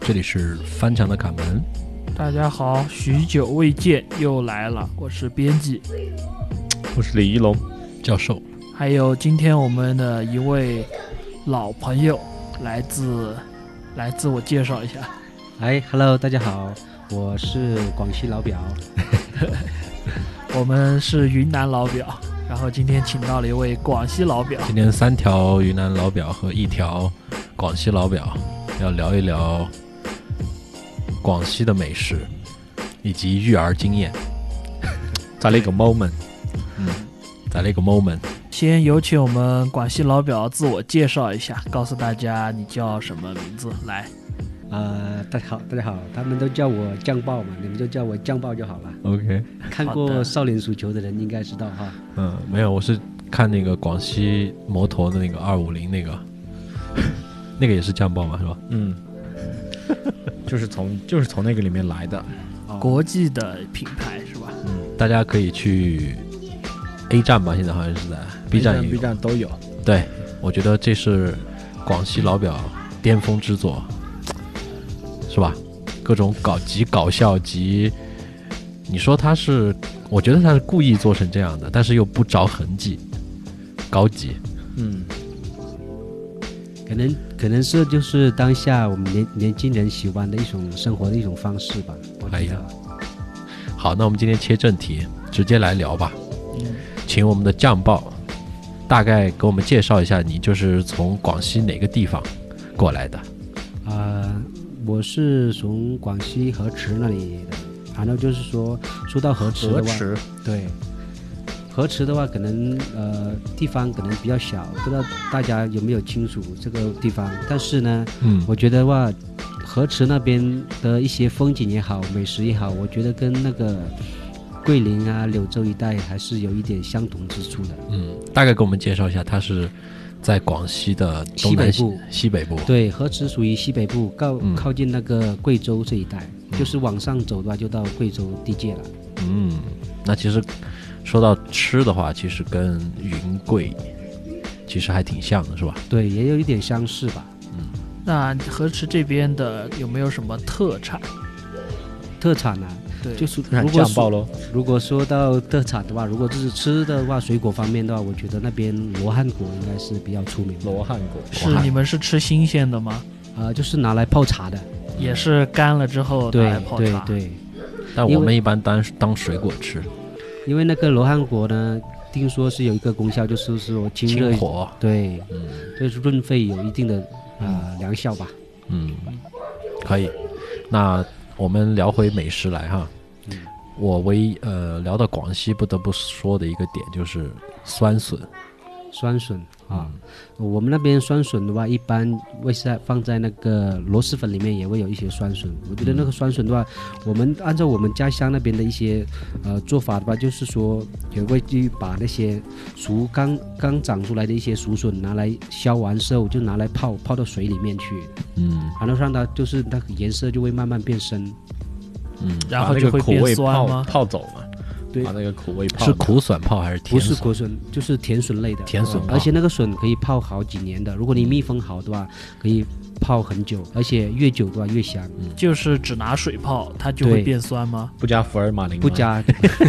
这里是翻墙的卡门，大家好，许久未见，又来了，我是编辑，我是李一龙，教授，还有今天我们的一位老朋友，来自，来自我介绍一下，哎，Hello，大家好，我是广西老表。我们是云南老表，然后今天请到了一位广西老表，今天三条云南老表和一条广西老表要聊一聊广西的美食以及育儿经验，嗯在那个 moment，在那个 moment，先有请我们广西老表自我介绍一下，告诉大家你叫什么名字，来，啊、大家好，大家好，他们都叫我酱爆嘛，你们就叫我酱爆就好了。 OK，看好过的《少林足球》的人应该知道哈，嗯，没有，我是看那个广西摩托的那个二五零那个， 那个也是酱爆嘛，是吧？嗯， 就是从就是从那个里面来的，国际的品牌是吧？大家可以去 A 站吧，现在好像是在 B 站也 B 有。站都有，对，我觉得这是广西老表巅峰之作，是吧？各种搞极搞笑极，你说他是，我觉得他是故意做成这样的，但是又不着痕迹，高级。嗯，可能可能是就是当下我们年年轻人喜欢的一种生活的一种方式吧。我哎觉呀得，好，那我们今天切正题，直接来聊吧。嗯，请我们的酱爆大概给我们介绍一下，你就是从广西哪个地方过来的？啊、我是从广西河池那里的，然后就是说说到河池的话，对，河池的话，可能呃地方可能比较小，不知道大家有没有清楚这个地方。但是呢，嗯我觉得话，河池那边的一些风景也好，美食也好，我觉得跟那个桂林啊、柳州一带还是有一点相同之处的。嗯，大概给我们介绍一下，它是在广西的东南西北部西北部。对，河池属于西北部，靠嗯靠近那个贵州这一带，就是往上走的话，就到贵州地界了。嗯，那其实说到吃的话，其实跟云贵其实还挺像的，是吧？对，也有一点相似吧。那河池这边的有没有什么特产？特产啊，对，就是如然果酱说爆喽，如果说到特产的话，如果就是吃的话，水果方面的话，我觉得那边罗汉果应该是比较出名的。罗汉果，是你们是吃新鲜的吗？啊、就是拿来泡茶的。也是干了之后拿来对泡对茶。对，但因为我们一般当当水果吃，因为那个罗汉果呢，听说是有一个功效，就是说清热清，火。对，嗯就是润肺有一定的啊、呃、良效吧。嗯，可以。那我们聊回美食来哈。嗯我唯一呃聊到广西不得不说的一个点就是酸笋，酸笋嗯啊，我们那边酸笋的话，一般会在放在那个螺蛳粉里面也会有一些酸笋。我觉得那个酸笋的话，我们按照我们家乡那边的一些呃做法的话，就是说也会去把那些熟刚刚长出来的一些熟笋拿来削完之后，就拿来泡泡到水里面去，嗯然后让它就是那个颜色就会慢慢变深。嗯，然把后那就个会苦变味酸泡吗？泡走嘛，对把那个苦味泡是掉苦笋泡还是不甜是笋？果笋，就是甜笋类的。甜笋啊嗯泡而且那个笋可以泡好几年的，如果你密封好的话，可以泡很久，而且越久的话越香。嗯就是只拿水泡，它就会对变酸吗？不加福尔马林吗，不加，嗯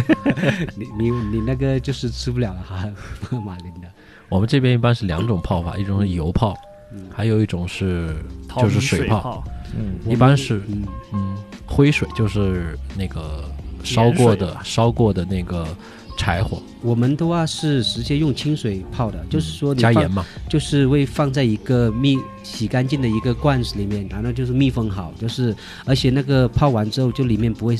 你你你那个就是吃不了了哈， 马林的。我们这边一般是两种泡嗯法，一种是油泡，还有一种是淘就是米水水泡。泡，一般是嗯，嗯，灰水就是那个烧过的烧过的那个柴火，嗯我们的话是直接用清水泡的，就是说你加放盐，嘛，就是会放在一个密洗干净的一个罐子里面，然后就是密封好，就是而且那个泡完之后，就里面不会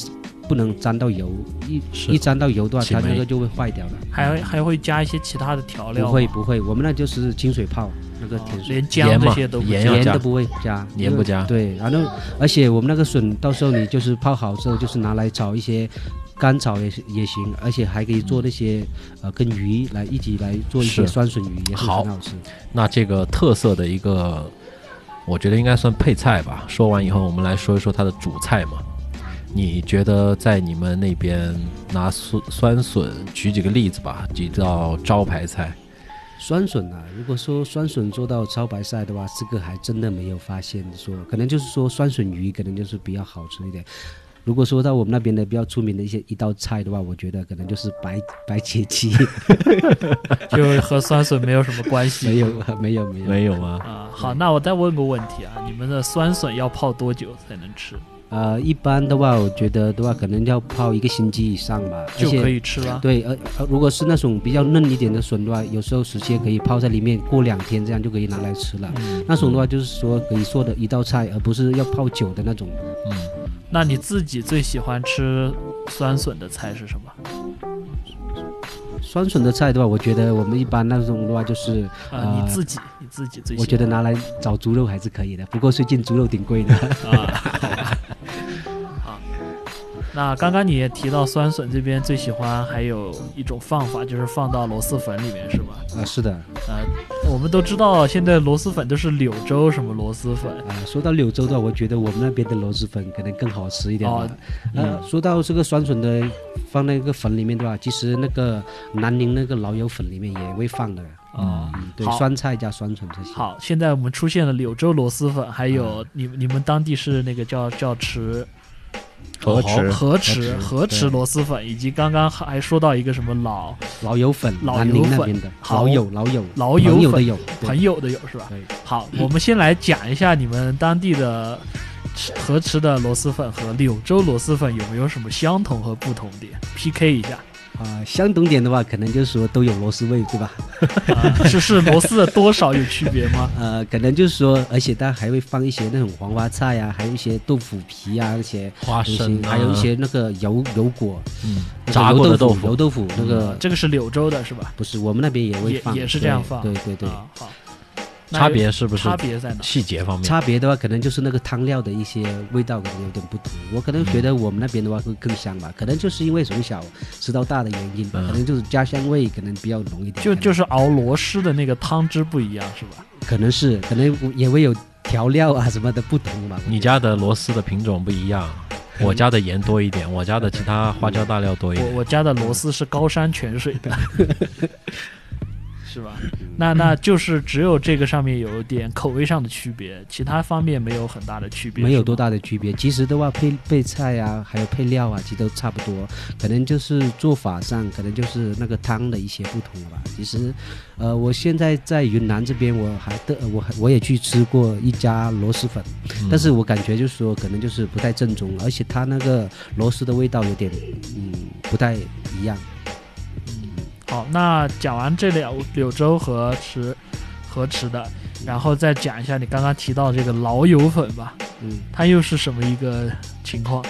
不能沾到油，一是一沾到油的话，起它那霉个就会坏掉的。还会还会加一些其他的调料吗，不会不会，我们那就是清水泡那个哦甜水，连姜盐这嘛些都不盐加要盐啊加都不会加，盐不加对，然后而且我们那个笋，到时候你就是泡好之后，就是拿来炒一些干炒也是也行，而且还可以做那些、呃跟鱼来一起来做一些是酸笋鱼，也是好很好吃。那这个特色的一个，我觉得应该算配菜吧。说完以后，我们来说一说它的主菜嘛。你觉得在你们那边拿酸酸笋举几个例子吧，几道招牌菜，酸笋啊，如果说酸笋做到超白菜的话，这个还真的没有发现说，可能就是说酸笋鱼可能就是比较好吃一点。如果说到我们那边的比较出名的一些一道菜的话，我觉得可能就是白白切鸡，就和酸笋没有什么关 系。没有没有没有没有吗？啊，好，那我再问个问题啊，你们的酸笋要泡多久才能吃呃，一般的话，我觉得的话，可能要泡一个星期以上吧，而就可且以吃了？对，呃，呃如果是那种比较嫩一点的笋的话，有时候直接可以泡在里面过两天，这样就可以拿来吃了。嗯，那种的话，就是说可以做的一道菜，而不是要泡酒的那种。嗯，那你自己最喜欢吃酸笋的菜是什么？酸笋的菜的话，我觉得我们一般那种的话，就是啊，呃你自己你自己最喜我欢？觉得拿来找猪肉还是可以的，不过最近猪肉挺贵的。啊，好。那刚刚你也提到酸笋这边最喜欢还有一种放法，就是放到螺蛳粉里面，是吧？啊，是的，呃，我们都知道现在螺蛳粉都是柳州什么螺蛳粉，啊，说到柳州的话，我觉得我们那边的螺蛳粉可能更好吃一点吧。哦呃，说到这个酸笋的放那个粉里面的话，其实那个南宁那个老友粉里面也会放的。哦嗯，对好，酸菜加酸笋这些。，好，现在我们出现了柳州螺蛳粉，还有你们你们当地是那个叫叫池河河池池河池河池对螺蛳粉，以及刚刚还说到一个什么老老友粉，老南友宁粉那边的好老友老友老友朋友的粉友，对朋友的友是吧？对好，我们先来讲一下你们当地的吃河池的螺蛳粉和柳州螺蛳粉有没有什么相同和不同点？PK 一 下，啊，相同点的话，可能就是说都有螺蛳味，对吧？啊，是是螺丝的多少有区别吗？呃，可能就是说，而且它还会放一些那种黄花菜啊，还有一些豆腐皮啊那些花东生啊西，还有一些那个油油果，嗯那个炸过的油豆豆腐油豆腐那个这个是柳州的是吧？不是，我们那边也会也放，也是这样对放对对对，啊，好，那差别是不是差别在哪？细节方面？差别的话，可能就是那个汤料的一些味道可能有点不同。我可能觉得我们那边的话会更香吧，可能就是因为从小吃到大的原因吧，嗯可能就是家乡味可能比较浓一点。就可能就是熬螺蛳的那个汤汁不一样是吧？可能是可能也会有调料啊什么的不同吧。你家的螺丝的品种不一样，嗯我家的盐多一点，我家的其他花椒大料多一我点。我家的螺丝是高山泉水 的，是吧？那那就是只有这个上面有一点口味上的区别，其他方面没有很大的区别，没有多是吗。大的区别。其实的话，配配菜啊，还有配料啊，其实都差不多，可能就是做法上，可能就是那个汤的一些不同了吧。其实，呃，我现在在云南这边，我还的我还我也去吃过一家螺蛳粉，嗯但是我感觉就是说，可能就是不太正宗，而且它那个螺蛳的味道有点，嗯，不太一样。好，那讲完这两柳州和池和池的，然后再讲一下你刚刚提到这个老友粉吧，嗯，它又是什么一个情况？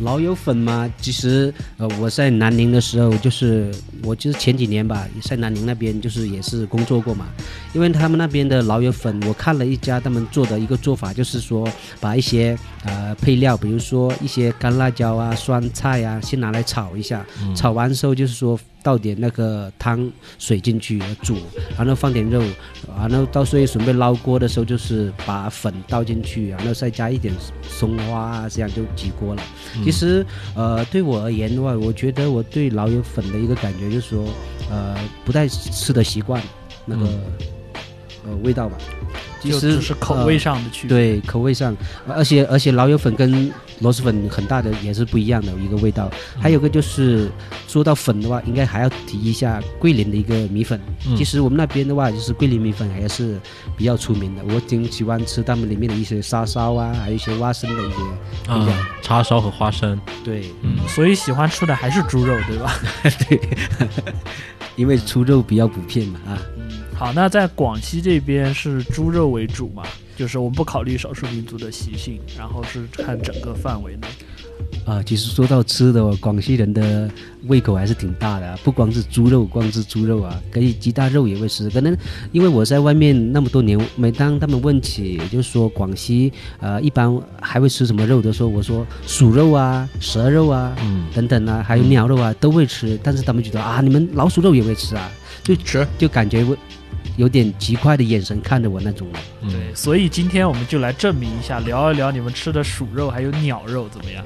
老友粉嘛，其实呃，我在南宁的时候，就是我就是前几年吧，在南宁那边就是也是工作过嘛。因为他们那边的老友粉，我看了一家他们做的一个做法，就是说把一些呃配料，比如说一些干辣椒啊、酸菜啊，先拿来炒一下，嗯炒完之后就是说倒点那个汤水进去煮，然后放点肉，然后到最后准备捞锅的时候，就是把粉倒进去，然后再加一点松花啊，这样就起锅了。嗯其实呃，对我而言的话，我觉得我对老友粉的一个感觉就是说，呃，不太吃的习惯那个、呃味道吧。其嗯就实呃只是口味上的区别。对口味上，而且而且老友粉跟螺蛳粉很大的也是不一样的一个味道。还有个就是说到粉的话，应该还要提一下桂林的一个米粉。嗯其实我们那边的话，就是桂林米粉还是比较出名的。我挺喜欢吃他们里面的一些沙烧啊，还有一些花生的一些。啊样，叉烧和花生，对，嗯所以喜欢吃的还是猪肉，对吧？因为出肉比较普遍嘛啊。嗯，好，那在广西这边是猪肉为主嘛，就是我们不考虑少数民族的习性，然后是看整个范围内。啊，其实说到吃的哦，广西人的胃口还是挺大的啊、不光是猪肉，光是猪肉啊，可以鸡大肉也会吃。可能因为我在外面那么多年，每当他们问起，就是说广西呃一般还会吃什么肉的时候，我说鼠肉啊、蛇肉啊嗯，等等啊，还有鸟肉啊都会吃，但是他们觉得啊，你们老鼠肉也会吃啊，就吃就感觉我有点奇怪的眼神看着我那种。啊嗯对，所以今天我们就来证明一下，聊一聊你们吃的鼠肉还有鸟肉怎么样？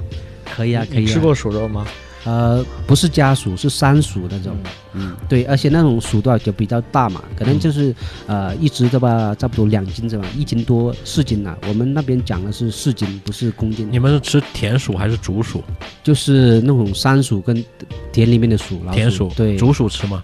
可以啊，可以、啊。你吃过鼠肉吗？呃，不是家鼠，是山鼠那种。嗯，对，而且那种薯段就比较大嘛，可能就是、呃一只的吧，差不多两斤是吧？一斤多四斤呐、我们那边讲的是四斤，不是公斤，你们是吃甜薯还是竹薯？就是那种山薯跟田里面的薯，老甜鼠薯，对，竹薯吃吗？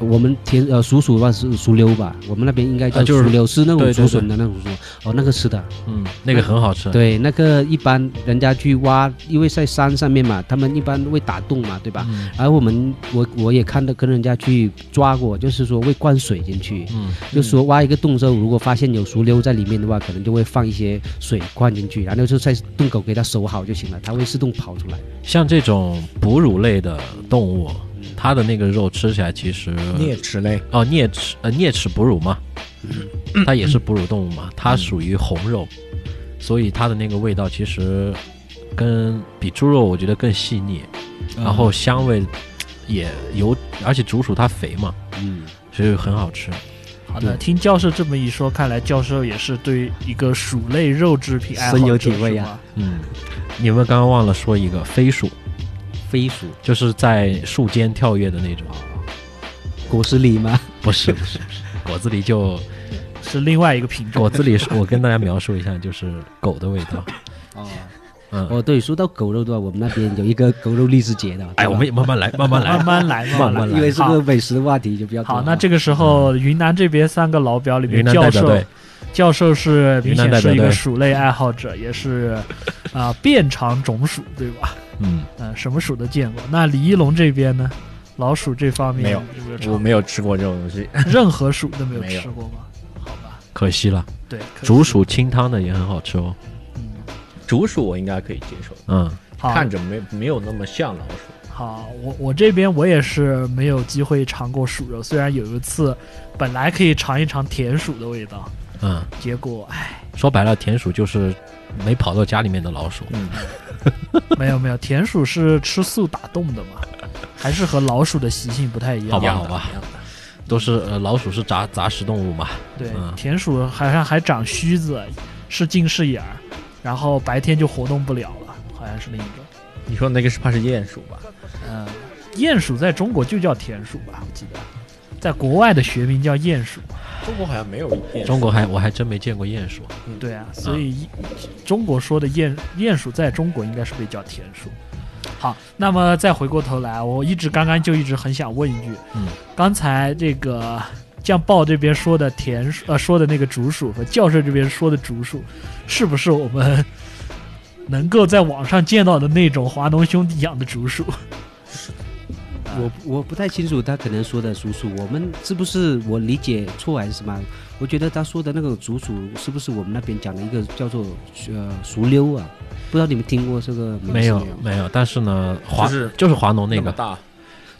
我们田呃鼠鼠吧是鼠溜吧，我们那边应该叫啊就是鼠溜，是那种对对竹笋的那种薯，哦，那个吃的，嗯，那个很好吃。对，那个一般人家去挖，因为在山上面嘛，他们一般会打洞嘛，对吧？嗯而我们我我也看到跟人家去抓过，就是说会灌水进去，嗯就是说挖一个洞之后，如果发现有熟溜在里面的话，可能就会放一些水灌进去，然后就在洞口给它守好就行了，它会自动跑出来。像这种哺乳类的动物，它的那个肉吃起来其实啮齿类，哦啮齿呃啮齿哺乳嘛，嗯它也是哺乳动物嘛，它属于红肉，所以它的那个味道其实跟比猪肉我觉得更细腻，嗯嗯然后香味也有，而且竹鼠它肥嘛，嗯，所以很好吃。好的，听教授这么一说，看来教授也是对一个鼠类肉制品爱好者深有体会呀是吧嗯，你们刚刚忘了说一个飞鼠，飞鼠就是在树间跳跃的那种，果实狸吗？不是不是不是，果子狸就。是另外一个品种。果子狸是我跟大家描述一下，就是狗的味道。哦嗯，哦，对，说到狗肉的话，我们那边有一个狗肉荔枝节的。哎，对吧我们也慢慢来，慢慢来。慢慢来，慢慢慢 因为来。是个好，美食的话题就比较多好，那这个时候云南这边三个老表里云面，南教代表授队，教授是明云南显代表是一个队鼠类爱好者，也是啊、 遍尝种属，对吧？ 嗯，嗯，什么鼠都见过。那李一龙这边呢？老鼠这方面没有有没有我尝没有吃过这种东西， 任何鼠都没有没有吃过吗？好吧，可惜了，对，可惜竹，鼠清汤的也很好吃哦。嗯，竹鼠我应该可以接受，嗯，好，看着没没有那么像老鼠，好，我我这边我也是没有机会尝过鼠肉，虽然有一次本来可以尝一尝田鼠的味道，嗯，结果唉，说白了，田鼠就是没跑到家里面的老鼠。嗯，没有没有，田鼠是吃素打洞的嘛，还是和老鼠的习性不太一样。好吧，养好的吧，都是呃，老鼠是杂杂食动物嘛。对嗯，田鼠好像还长须子，是近视眼儿，然后白天就活动不了了，好像是另一种。你说那个是怕是鼹鼠吧？嗯，鼹鼠在中国就叫田鼠吧，我记得，在国外的学名叫鼹鼠。中国好像没有鼹中国还我还真没见过鼹鼠。对啊，所以一中国说的鼹鼹鼠在中国应该是被叫田鼠。好，那么再回过头来，我一直刚刚就一直很想问一句，嗯刚才这个酱爆这边说的田鼠，呃，说的那个竹鼠和教授这边说的竹鼠，是不是我们能够在网上见到的那种华农兄弟养的竹鼠？我我不太清楚他可能说的竹鼠，我们是不是我理解错还是什么？我觉得他说的那个竹鼠是不是我们那边讲的一个叫做呃熟溜啊？不知道你们听过这个名字没有有？没有，但是呢，华就是就是华农那么个大，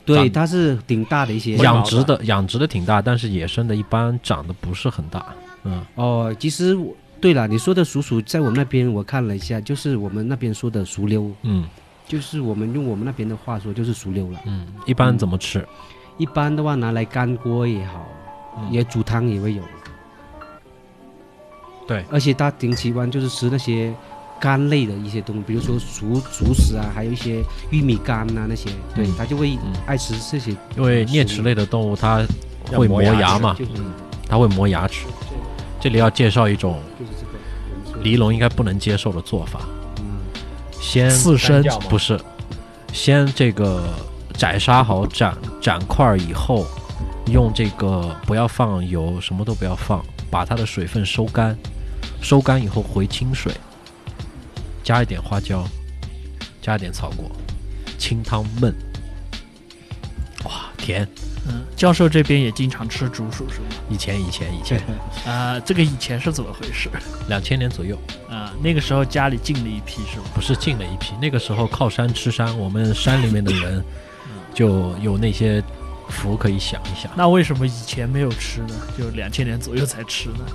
对，长它是挺大的一些会养养殖的养殖的挺大，但是野生的一般长得不是很大。嗯，哦。其实我对了，你说的鼠鼠在我们那边我看了一下，就是我们那边说的熟溜，嗯就是我们用我们那边的话说就是熟溜了。嗯，一般怎么吃？一般的话拿来干锅也好，嗯也煮汤也会有。对而且他挺喜欢就是吃那些干类的一些东西，比如说熟熟食啊，还有一些玉米干啊那些，对、嗯他就会嗯爱吃这些，因为啮齿类的动物它要会磨磨牙牙嘛，就是它会磨牙齿。这里要介绍一种就是这个我们说的。黎龙应该不能接受的做法，嗯先刺身干掉吗不是，先这个宰杀好斩斩块儿以后，用这个不要放油，什么都不要放，把它的水分收干，收干以后回清水，加一点花椒，加一点草果，清汤焖，哇，甜！嗯，教授这边也经常吃竹鼠是吗？以前以前以前， 啊、这个以前是怎么回事？两千年左右。啊、那个时候家里进了一批是吗？不是进了一批，那个时候靠山吃山，我们山里面的 人就有那些福可以享一享。那为什么以前没有吃呢？就两千年左右才吃呢？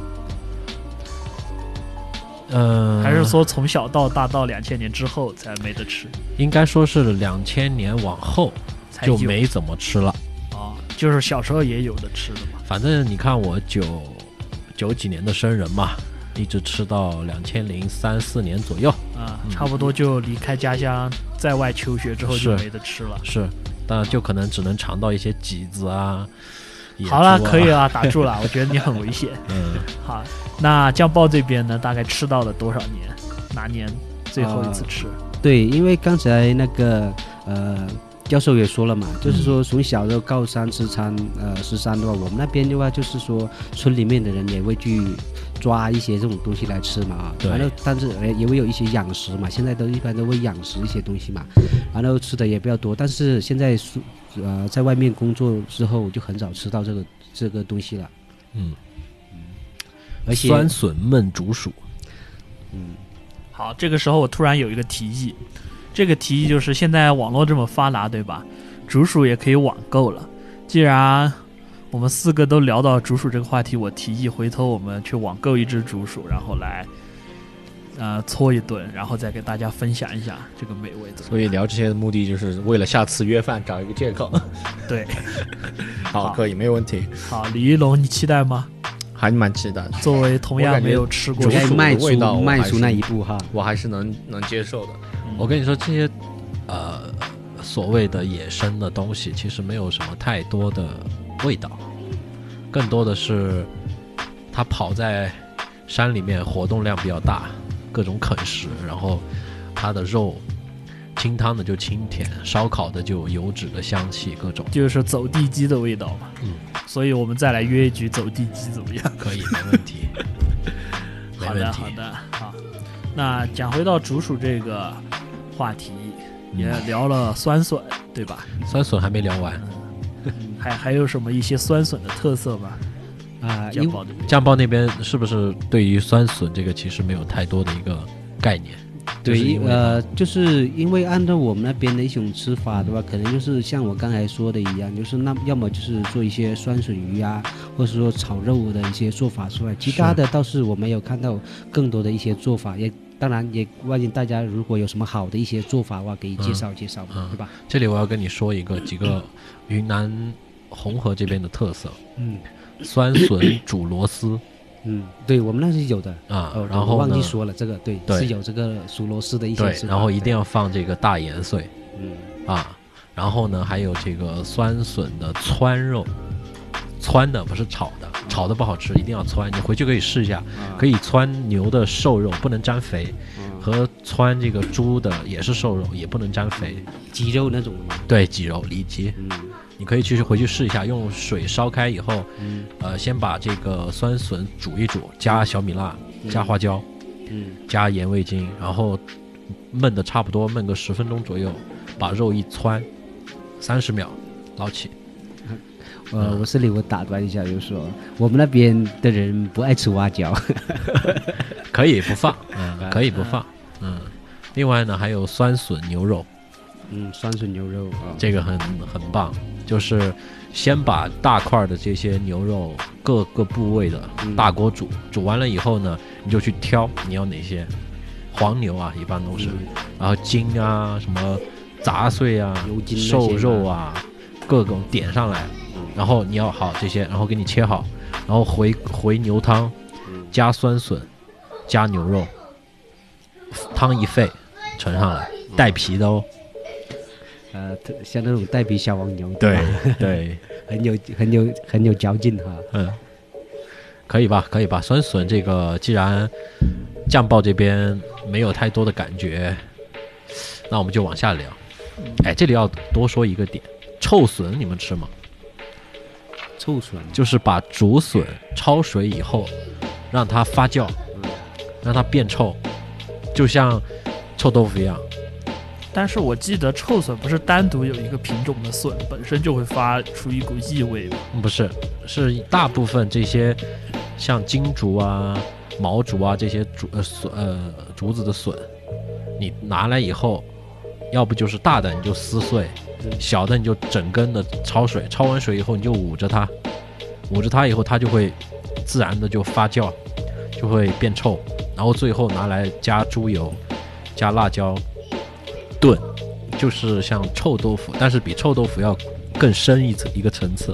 嗯、还是说从小到大到两千年之后才没得吃？应该说是两千年往后才就有没怎么吃了。啊、就是小时候也有的吃的嘛。反正你看我九九几年的生人嘛，一直吃到两千零三四年左右。啊、差不多就离开家乡，在外求学之后就嗯嗯是没得吃了。是，但就可能只能尝到一些杞子啊。野好了，猪啊可以。了，打住了，我 觉得你很危险。 嗯，好，那酱爆这边呢，大概吃到了多少年？哪年最后一次呃吃？对，因为刚才那个呃教授也说了嘛，就是说从小到高三吃餐呃十三的话，我们那边的话就是说村里面的人也会去抓一些这种东西来吃嘛啊，对然后但是呃也会有一些养食嘛，现在都一般都会养食一些东西嘛，然后吃的也比较多，但是现在是呃在外面工作之后就很少吃到这个这个东西了，嗯，而且酸笋焖竹鼠，好，这个时候我突然有一个提议，这个提议就是现在网络这么发达，对吧？竹鼠也可以网购了。既然我们四个都聊到竹鼠这个话题，我提议回头我们去网购一只竹鼠，然后来呃搓一顿，然后再给大家分享一下这个美味怎么所以聊这些的目的就是为了下次约饭找一个借口。样。对， 好，好可以，没有问题，好，李一龙，你期待吗？还蛮期待的。作为同我样感觉没有吃过竹该鼠迈的味道出我迈还出是那一步哈，我还是能能接受的，我跟你说，这些呃所谓的野生的东西，其实没有什么太多的味道，更多的是它跑在山里面，活动量比较大，各种啃食，然后它的肉清汤的就清甜，烧烤的就有油脂的香气，各种就是走地鸡的味道嘛。嗯，所以我们再来约一局走地鸡怎么样？ 可以，没问题，没好问的，题好。的，好。那讲回到竹鼠这个话题，嗯也聊了酸笋，对吧？酸笋还没聊完，还还有什么一些酸笋的特色吗？啊、酱因爆这边酱爆那边是不是对于酸笋这个其实没有太多的一个概念？就是对因，为呃，就是因为按照我们那边的一种吃法嗯的话，可能就是像我刚才说的一样，就是那要么就是做一些酸笋鱼啊，或者说炒肉的一些做法出来，其他的倒是我没有看到更多的一些做法，也当然也欢迎大家如果有什么好的一些做法的话，可以介绍介绍嘛，嗯对吧？这里我要跟你说一个几个云南红河这边的特色，嗯酸笋煮螺丝嗯，对我们那是有的。啊哦，，然我后忘呢记，说了，这个对对是有这个熟螺丝的一些对吃，法，然后一定要要放这个大盐碎嗯啊，然后呢还有这个酸笋的汆肉，汆的不是炒的，炒的不好吃，一定要汆，你回去可以试一下，啊可以汆牛的瘦肉，不能沾肥，和汆这个猪的也是瘦肉，也不能沾肥，鸡肉那种的嘛，对，脊肉里脊，嗯你可以去回去试一下，用水烧开以后，嗯呃，先把这个酸笋煮一煮，加小米辣，加花椒，嗯加盐味精，然后焖的差不多，焖个十分钟左右，把肉一汆，三十秒捞起。呃，我这里我打断一下，就是说我们那边的人不爱吃蛙椒，可以不放，嗯，可以不放，嗯。另外呢，还有酸笋牛肉， 嗯，酸笋牛肉啊，这个很很棒，就是先把大块的这些牛肉各个部位的嗯大锅煮，煮完了以后呢，你就去挑你要哪些，黄牛啊，一般都嗯是，然后筋啊，什么杂碎啊牛筋，那些嗯瘦肉啊，各种点上来，然后你要好这些，然后给你切好，然后回回牛汤，嗯加酸笋，加牛肉，汤一沸，盛上来，嗯带皮 的哦。呃，特像那种带皮小黄牛，对吧，对。 很有很有很有嚼劲哈。嗯，可以吧，可以吧。酸笋这个，既然酱爆这边没有太多的感觉，那我们就往下聊。哎，这里要多说一个点，臭笋你们吃吗？臭笋，就是把竹笋焯水以后，让它发酵，让它变臭，就像臭豆腐一样。但是我记得臭笋不是单独有一个品种的笋，本身就会发出一股异味吗？嗯不是，是大部分这些像金竹啊、毛竹啊这些竹呃笋呃竹子的笋，你拿来以后，要不就是大的你就撕碎，小的你就整根的焯水，焯完水以后你就捂着它，捂着它以后它就会自然的就发酵，就会变臭，然后最后拿来加猪油、加辣椒炖，就是像臭豆腐，但是比臭豆腐要更深一层一个层次。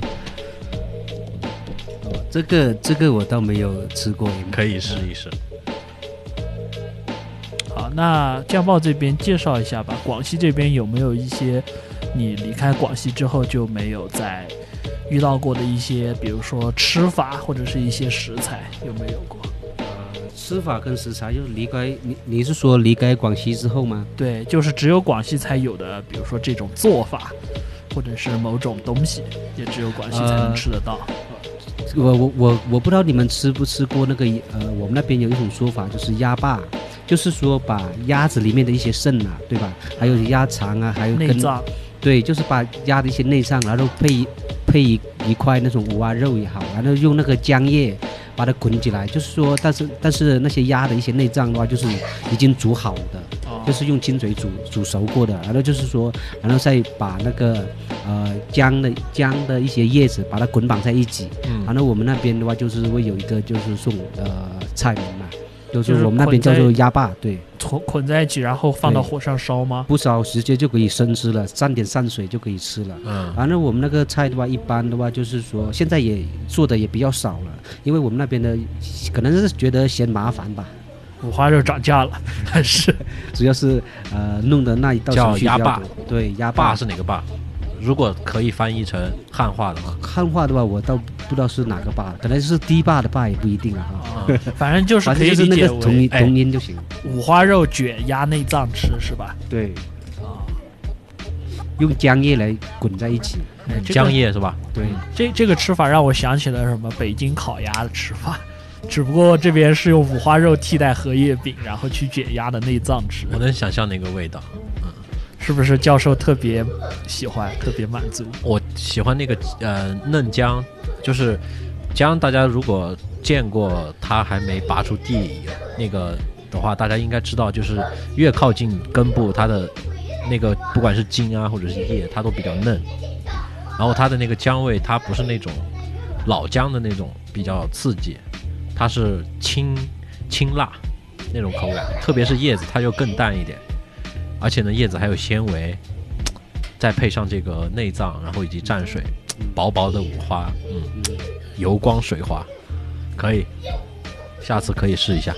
哦这个这个我倒没有吃过，可以试一试。好，那酱爆这边介绍一下吧，广西这边有没有一些你离开广西之后就没有再遇到过的一些，比如说吃法或者是一些食材，有没有过？吃法跟食材就是离开你，你是说离开广西之后吗？对，就是只有广西才有的，比如说这种做法，或者是某种东西，也只有广西才能呃吃得到。我我我我不知道你们吃不吃过那个呃，我们那边有一种说法就是鸭霸，就是说把鸭子里面的一些肾啊，对吧？还有鸭肠啊，还有内跟脏，对，就是把鸭的一些内脏，然后配一配一一块那种五花肉也好，然后用那个姜叶把它滚起来。就是说，但是但是那些鸭的一些内脏的话，就是已经煮好的，哦就是用清水煮煮熟过的。然后就是说，然后再把那个呃姜的姜的一些叶子把它捆绑在一起。嗯然后我们那边的话，就是会有一个就是送呃菜名嘛，就就是是我们那边捆叫在做鸭霸，对。捆捆在一起，然后放到对火上烧吗？不烧直接就可以生吃了，沾点散水就可以吃了。嗯反正我们那个菜的话，一般的话就是说，现在也做的也比较少了，因为我们那边的可能是觉得嫌麻烦吧，五花肉涨价了，还是主要是呃弄的那一道叫程序比鸭较霸多。对，鸭霸霸。是哪个嗯霸？如果可以翻译成汉化的话，汉化的话，我倒不知道是哪个霸，可能是堤坝的坝也不一定啊哈。啊，反正就是反可正以就理是那解个同为音哎同音就行。五花肉卷鸭内脏吃是吧？对，啊，用姜叶来滚在一起。哎这个江叶是吧？对，这这个吃法让我想起了什么北京烤鸭的吃法， 只不过这边是用五花肉替代荷叶饼，然后去卷鸭的内脏吃，我能想象那个味道。是不是教授特别喜欢，特别满足？我喜欢那个呃嫩姜，就是姜，大家如果见过它还没拔出地那个的话，大家应该知道，就是越靠近根部，它的那个不管是茎啊或者是叶，它都比较嫩。然后它的那个姜味，它不是那种老姜的那种比较刺激，它是清清辣那种口感，特别是叶子它就更淡一点，而且呢叶子还有纤维，再配上这个内脏，然后以及蘸水，薄薄的五花，嗯，油光水滑，可以，下次可以试一下，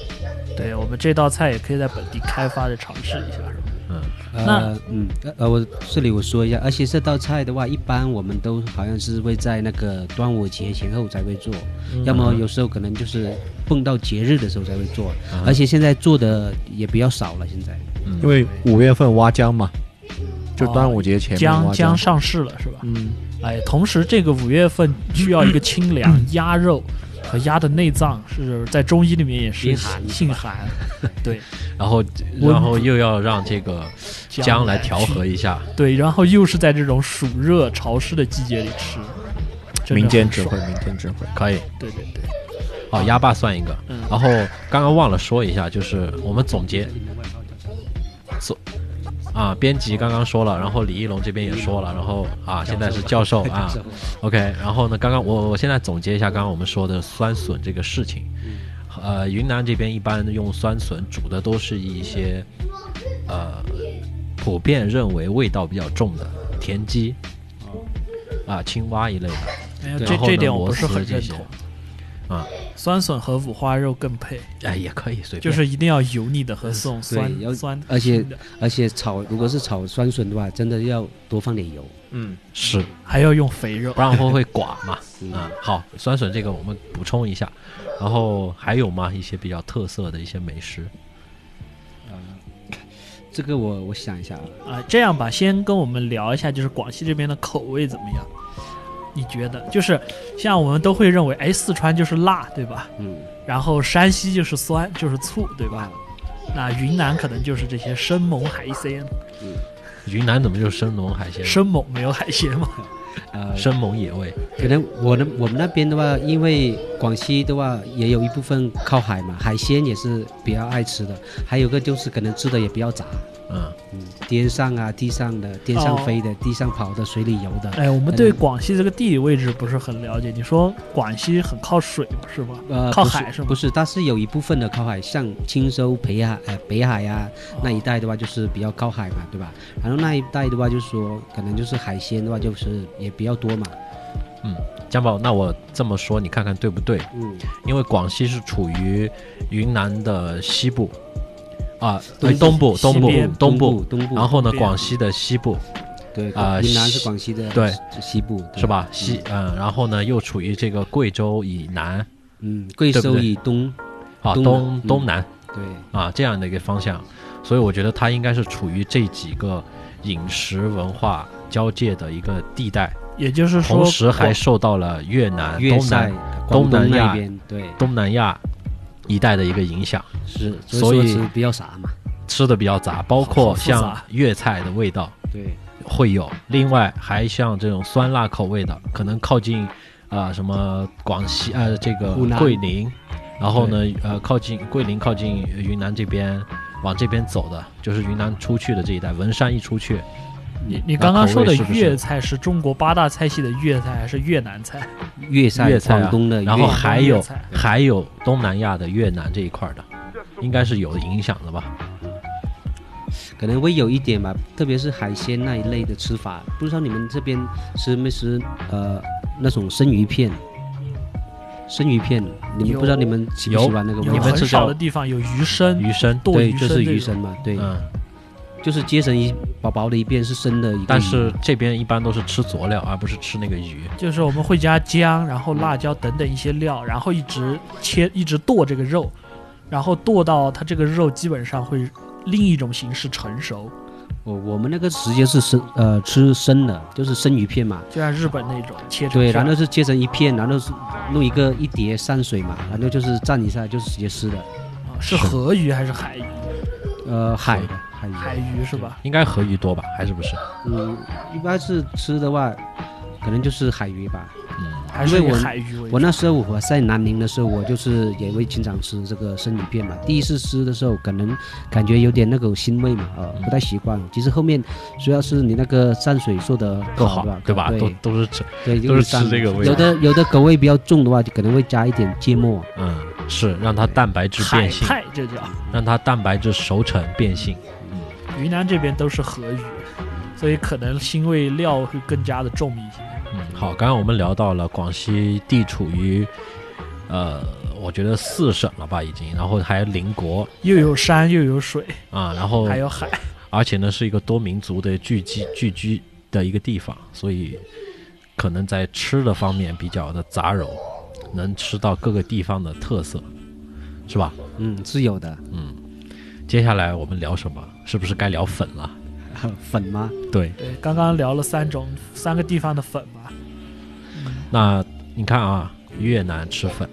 对我们这道菜也可以在本地开发着尝试一下，是吧？嗯，那呃嗯呃呃，我这里我说一下，而且这道菜的话，一般我们都好像是会在那个端午节前后才会做，嗯要么有时候可能就是碰到节日的时候才会做，啊而且现在做的也比较少了。现在因为五月份挖姜嘛，就端午节前面姜挖姜姜，哦上市了是吧？嗯，哎，同时这个五月份需要一个清凉，鸭肉和鸭的内脏是在中医里面也是阴寒性寒，对，然后然后又要让这个姜来调和一下，对，然后又是在这种暑热潮湿的季节里吃，真的民间很智慧爽，，民间智慧。可以，对对对，好，啊鸭霸算一个，嗯然后刚刚忘了说一下，就是我们总结，总啊，编辑刚刚说了，然后李一龙这边也说了，然后啊，现在是教 授啊，OK，然后呢，刚刚我我现在总结一下刚刚我们说的酸笋这个事情，呃，云南这边一般用酸笋煮的都是一些呃普遍认为味道比较重的田鸡啊、青蛙一类的没有对哎这然后这呢点我螺不是丝很这认些同，啊，酸笋和五花肉更配，哎，也可以随便，就是一定要油腻的和这种对要酸酸，而且嗯的而且炒如果是炒酸笋的话，真的要多放点油。嗯，是。还要用肥肉不，然会会寡嘛。啊，好，酸笋这个我们补充一下，然后还有吗？一些比较特色的一些美食，这个我我想一下啊，啊，这样吧，先跟我们聊一下，就是广西这边的口味怎么样？你觉得？就是像我们都会认为，哎，四川就是辣，对吧？嗯，然后山西就是酸，就是醋，对吧？哇，那云南可能就是这些生猛海鲜，云南怎么就生猛海鲜呢？生猛没有海鲜嘛？呃，生猛野味，可能我那我们那边的话，因为广西的话也有一部分靠海嘛，海鲜也是比较爱吃的，还有个就是可能吃的也比较杂，嗯，嗯，天上啊地上的，天上哦飞的，地上跑的，水里游的，哎，我们对嗯广西这个地理位置不是很了解。你说广西很靠水嘛是吧？呃，靠不是海是吗不是，它是有一部分的靠海，像青州、北海、呃北海啊哦那一带的话，就是比较靠海嘛，对吧？然后那一带的话，就是说可能就是海鲜的话，就是也比较多嘛，江宝，那我这么说，你看看对不对？嗯，因为广西是处于云南的西部，啊，呃东部西东部边东部部，东部，然后呢东边广西的西部对啊云南西是广西的对西西部对是吧？西嗯，然后呢又处于这个贵州以南嗯，贵对不州对以东啊东东南嗯东南对啊这样的一个方向，所以我觉得它应该是处于这几个饮食文化交界的一个地带，也就是说，同时还广受到了越南、粤东塞南、广东南东那亚边对东南亚一带的一个影响，是，所以以说是比较傻嘛，吃的比较杂，包好括复杂像粤菜的味道对会有，另外还像这种酸辣口味的，可能靠近啊、呃什么广西呃这个湖南桂林，然后呢呃靠近桂林靠近云南这边往这边走的，就是云南出去的这一带，文山一出去，你你那刚刚口说味的是不是粤菜是中国八大菜系的粤菜还是越南菜？粤塞粤菜啊广东的粤，然后广东还粤有菜还有东南亚的越南这一块的，应该是有影响的吧？可能会有一点吧，特别是海鲜那一类的吃法，不知道你们这边吃没吃呃那种生鱼片。生鱼片，你们有不知道你们喜不有喜欢那个味有你道？们很知少道的地方有鱼生，鱼生，剁对，嗯鱼就生是这鱼种生嘛，对，嗯，就是切成一薄薄的一片是生的一个鱼，但是这边一般都是吃佐料，而不是吃那个鱼。就是我们会加姜，然后辣椒等等一些料，然后一直切，一直剁这个肉，然后剁到它这个肉基本上会另一种形式成熟，我呃我们那个直接是生呃吃生的，就是生鱼片嘛，就像日本那种切成对，片然后是切成一片，然后是弄一个一碟散水嘛，然后就是蘸一下就是直接吃的，啊是河鱼还是海鱼？呃，海的海鱼，海鱼是吧？应该河鱼多吧？还是不是？嗯，一般是吃的话，可能就是海鱼吧。嗯，还是因以为我海鱼为主？我那时候我在南宁的时候，我就是也会经常吃这个生鱼片嘛。第一次吃的时候，可能感觉有点那种腥味嘛，啊、嗯不太习惯。其实后面主要是你那个蘸水做的够好吧，，对吧？对都都是吃， 对，嗯都有点是吃蘸这个味有道的有的口味比较重的话，就可能会加一点芥末。嗯，是让它蛋白质海变性，派这嗯叫让它蛋白质熟成变性。云南这边都是河鱼，所以可能腥味料会更加的重一些。嗯，好，刚刚我们聊到了广西地处于，呃，我觉得四省了吧已经，然后还邻国又有山又有水，啊，然哦后嗯还有海，而且呢是一个多民族的聚集聚居的一个地方，所以可能在吃的方面比较的杂糅，能吃到各个地方的特色，是吧？嗯，是有的。接下来我们聊什么？是不是该聊 粉了？粉吗？对，对，刚刚聊了三种三个地方的粉嘛，那你看啊，越南吃粉，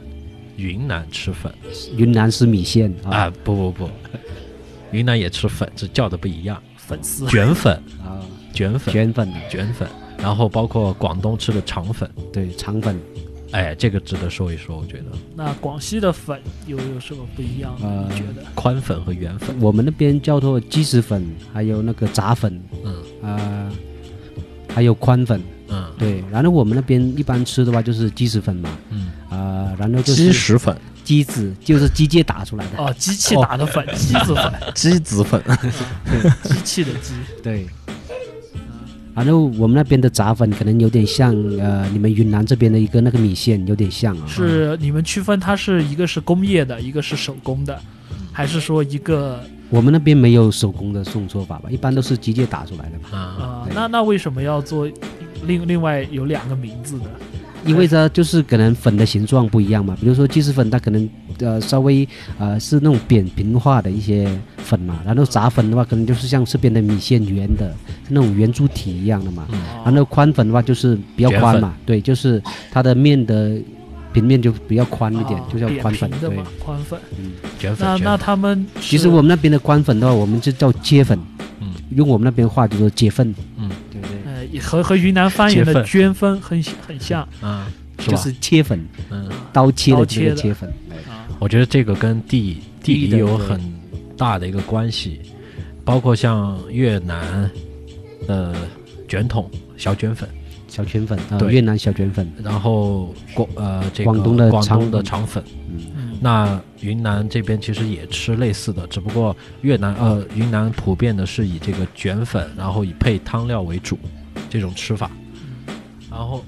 云南吃粉云南是米线啊啊，不不 不，云南也吃粉，只叫的不一样，粉丝卷 粉、啊，卷粉、卷粉卷粉，然后包括广东吃的肠粉，对肠粉，哎，这个值得说一说，我觉得那广西的粉有有什么不一样呢？呃你觉得？宽粉和圆粉，我们那边叫做鸡丝粉，还有那个炸粉，嗯呃，还有宽粉。嗯对，然后我们那边一般吃的话就是鸡丝粉嘛，嗯，啊，然后就是鸡屎粉、鸡子，就是机械打出来的。哦，机器打的粉，机子 粉，鸡子粉，机器的机，对。然后我们那边的炸粉可能有点像呃，你们云南这边的一个那个米线有点像啊。是你们区分它是一个是工业的，一个是手工的，嗯还是说一个我们那边没有手工的这种做法吧，一般都是机械打出来的吧。啊，啊、对那那为什么要做另另外有两个名字呢？因为它就是可能粉的形状不一样嘛，比如说鸡丝粉，它可能呃稍微呃是那种扁平化的一些粉嘛，然后炸粉的话，可能就是像这边的米线圆的，那种圆柱体一样的嘛。哦然后宽粉的话就是比较卷宽粉嘛，对，就是它的面的平面就比较宽一点，啊就叫宽粉。扁平对的，嘛，宽粉。卷那粉，那卷他们其是实我们那边的宽粉的话，我们就叫切粉，嗯，用我们那边话就说切粉，嗯，对不对？呃也和和云南方结言的粉捐分很很像粉啊，是就吧？是切粉，嗯，刀切刀的这切个的切粉。啊。我觉得这个跟地地地理的有对很大的一个关系，包括像越南的卷筒小卷粉，小卷粉啊，对越南小卷粉，然后广呃这个广东的广肠东的肠粉，嗯那云南这边其实也吃类似的，只不过越南呃云南普遍的是以这个卷粉，然后以配汤料为主这种吃法，然后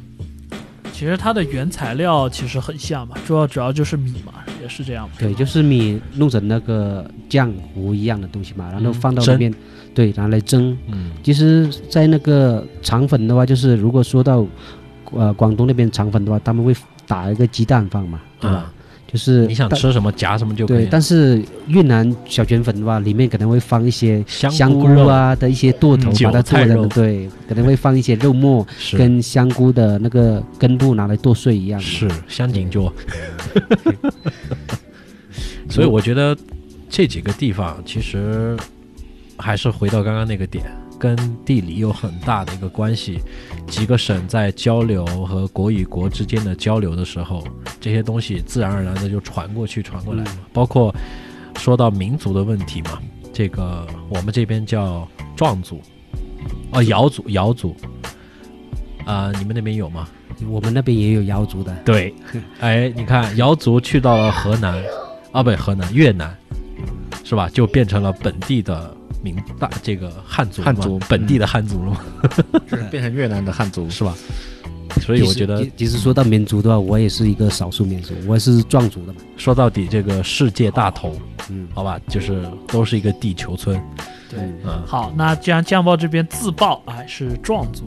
其实它的原材料其实很像嘛，主要主要就是米嘛，的，是这样吗？对，嗯就是米弄成那个浆糊一样的东西嘛，然后嗯放到蒸里面，对，拿来蒸。嗯其实，在那个肠粉的话，就是如果说到呃广东那边肠粉的话，他们会打一个鸡蛋放嘛，对吧？啊，就是你想但吃什么夹什么就可对，以。但是越南小卷粉的话，里面可能会放一些香香菇肉，啊的一些剁头嗯，把它韭做菜肉成对，可能会放一些肉末是跟香菇的那个根部拿来剁碎一样的。是香井 就。所以我觉得这几个地方其实还是回到刚刚那个点，跟地理有很大的一个关系。几个省在交流和国与国之间的交流的时候，这些东西自然而然的就传过去、传过来嗯嘛。包括说到民族的问题嘛，这个我们这边叫壮族，哦，瑶族，瑶族。啊、你们那边有吗？我们那边也有瑶族的，对，哎，你看瑶族去到了河南，啊，不，河南越南，是吧？就变成了本地的民大这个汉族了嘛汉族本地的汉族了嘛，就是 变成越南的汉族，是吧？所以我觉得其实，其实说到民族的话，我也是一个少数民族，我是壮族的嘛。说到底，这个世界大同，嗯，好吧，就是都是一个地球村，对嗯，好，那既然酱爆这边自爆啊是壮族，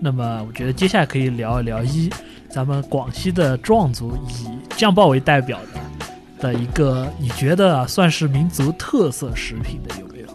那么我觉得接下来可以聊一聊一咱们广西的壮族以酱爆为代表的的一个，你觉得、啊、算是民族特色食品的有没有？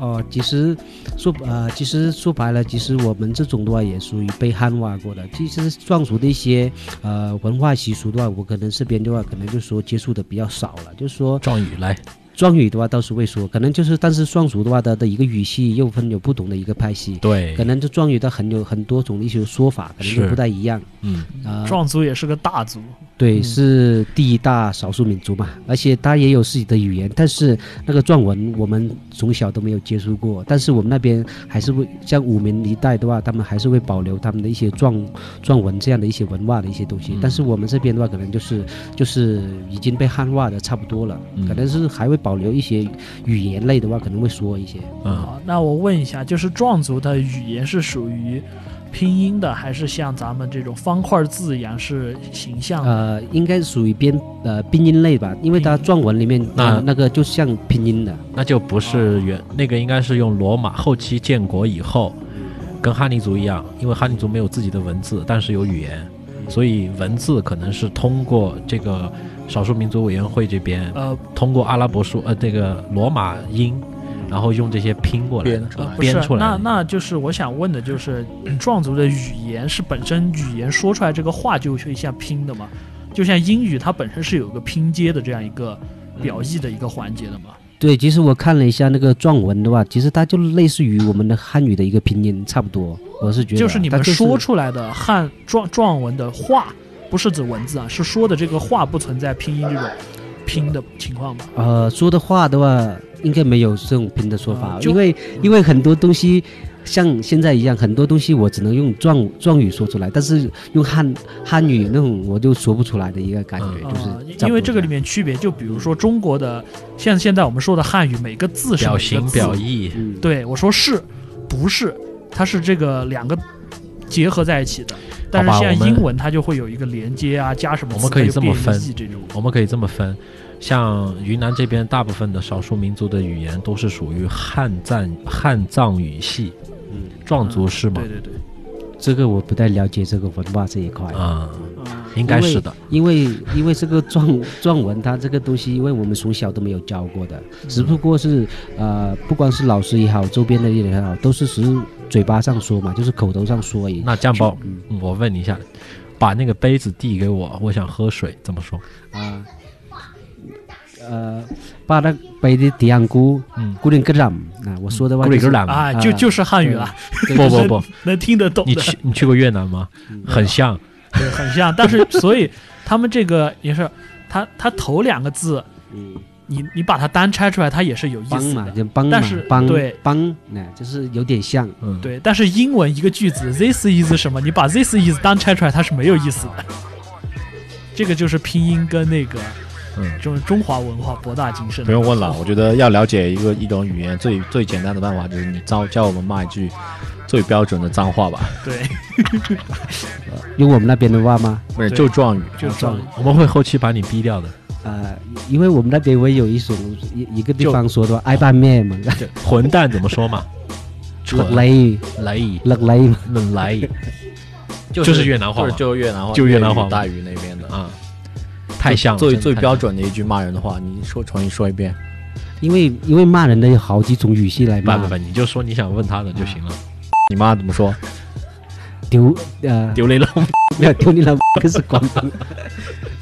哦，其实说呃，其实说白了，其实我们这种的话也属于被汉化过的。其实壮族的一些呃文化习俗的话，我可能这边的话，可能就说接触的比较少了。就是说壮语来，壮语的话倒是会说，可能就是但是壮族的话，它的一个语系又分有不同的一个派系，对可，能就壮语它很有很多种的一些说法，可能是就不太一样。嗯，啊、壮族也是个大族，对，嗯是第一大少数民族嘛，而且他也有自己的语言，但是那个壮文我们从小都没有接触过，但是我们那边还是会像武鸣一带的话，他们还是会保留他们的一些壮壮文这样的一些文化的一些东西，嗯但是我们这边的话，可能就是就是已经被汉化的差不多了，嗯可能是还会保留一些语言类的话，可能会说一些。嗯，好，那我问一下，就是壮族的语言是属于拼音的，还是像咱们这种方块字一样是形象嗯的？呃，应该属于编呃拼音类吧，因为它拼音啊壮文里面那呃那个就像拼音的，那就不是原那个，应该是用罗马后期建国以后，跟哈尼族一样，因为哈尼族没有自己的文字，但是有语言，所以文字可能是通过这个少数民族委员会这边，呃，通过阿拉伯数呃这个罗马音，然后用这些拼过来的编出来呃不是编出，来那的。那就是我想问的，就是壮族的语言是本身语言说出来这个话就会像拼的吗？就像英语它本身是有一个拼接的这样一个嗯表意的一个环节的吗？对，其实我看了一下那个壮文的话，其实它就类似于我们的汉语的一个拼音，差不多。我是觉得，就是你们它说出来的汉壮壮文的话，不是指文字啊，是说的这个话不存在拼音这种拼的情况吗？呃说的话的话，应该没有这种拼的说法，啊就因为因为很多东西像现在一样，很多东西我只能用壮壮语说出来，但是用汉汉语那种我就说不出来的一个感觉，嗯就是啊差不多因为这个里面区别，就比如说中国的，像现在我们说的汉语，每个字是每表个情字表意这，样嗯，对我说是，不是，它是这个两个结合在一起的。但是好吧像我们英文，它就会有一个连接啊，加什么词，我们可以它就这么变分译这种。我们可以这么分，像云南这边大部分的少数民族的语言都是属于汉藏汉藏语系，嗯壮族是吗对？对对，这个我不太了解这个文化这一块。啊、嗯，应该是的。因为因为这个壮壮文它这个东西，因为我们从小都没有教过的，只不过是呃，不光是老师也好，周边的人也好，都是只是嘴巴上说嘛，就是口头上说而已。那酱爆，嗯嗯我问你一下，把那个杯子递给我，我想喝水，怎么说？啊，呃，把那杯的迪安姑嗯，姑林格朗啊，我说的话古里就格是兰嘛啊，就啊就是汉语了，对不就是不不，能听得懂你的，去你去过越南吗？很像，对，很像。但是所以他们这个也是，它它头两个字，嗯你你把它单拆出来，它也是有意帮思嘛，的。就帮嘛但是，帮对帮，那就是有点像。嗯，，对，但是英文一个句子，this is 什么，你把 this is 单拆出来，它是没有意思的。这个就是拼音跟那个，嗯就是中华文化博大精深。 不用问了，我觉得要了解一个一种语言，最最简单的办法就是你教教我们骂一句最标准的脏话吧，对，啊用我们那边的话吗？不是对就壮语，就啊这样壮我们会后期把你逼掉的。呃，因为我们那边我也有一种一一个地方说的话，挨拌面嘛， 混蛋怎么说嘛？勒蠢雷来意，勒雷嘛，冷来意就就是越南话就是嘛就越南话，就越南话嘛大鱼那边的。啊，太像了最真的最太标像准的一句骂人的话，你说重新说一遍。因为因为骂人的有好几种语系来了。不骂不，不，你就说你想问他的就行了。你妈怎么 说？丢呃丢雷了，没有丢你 老可是广东，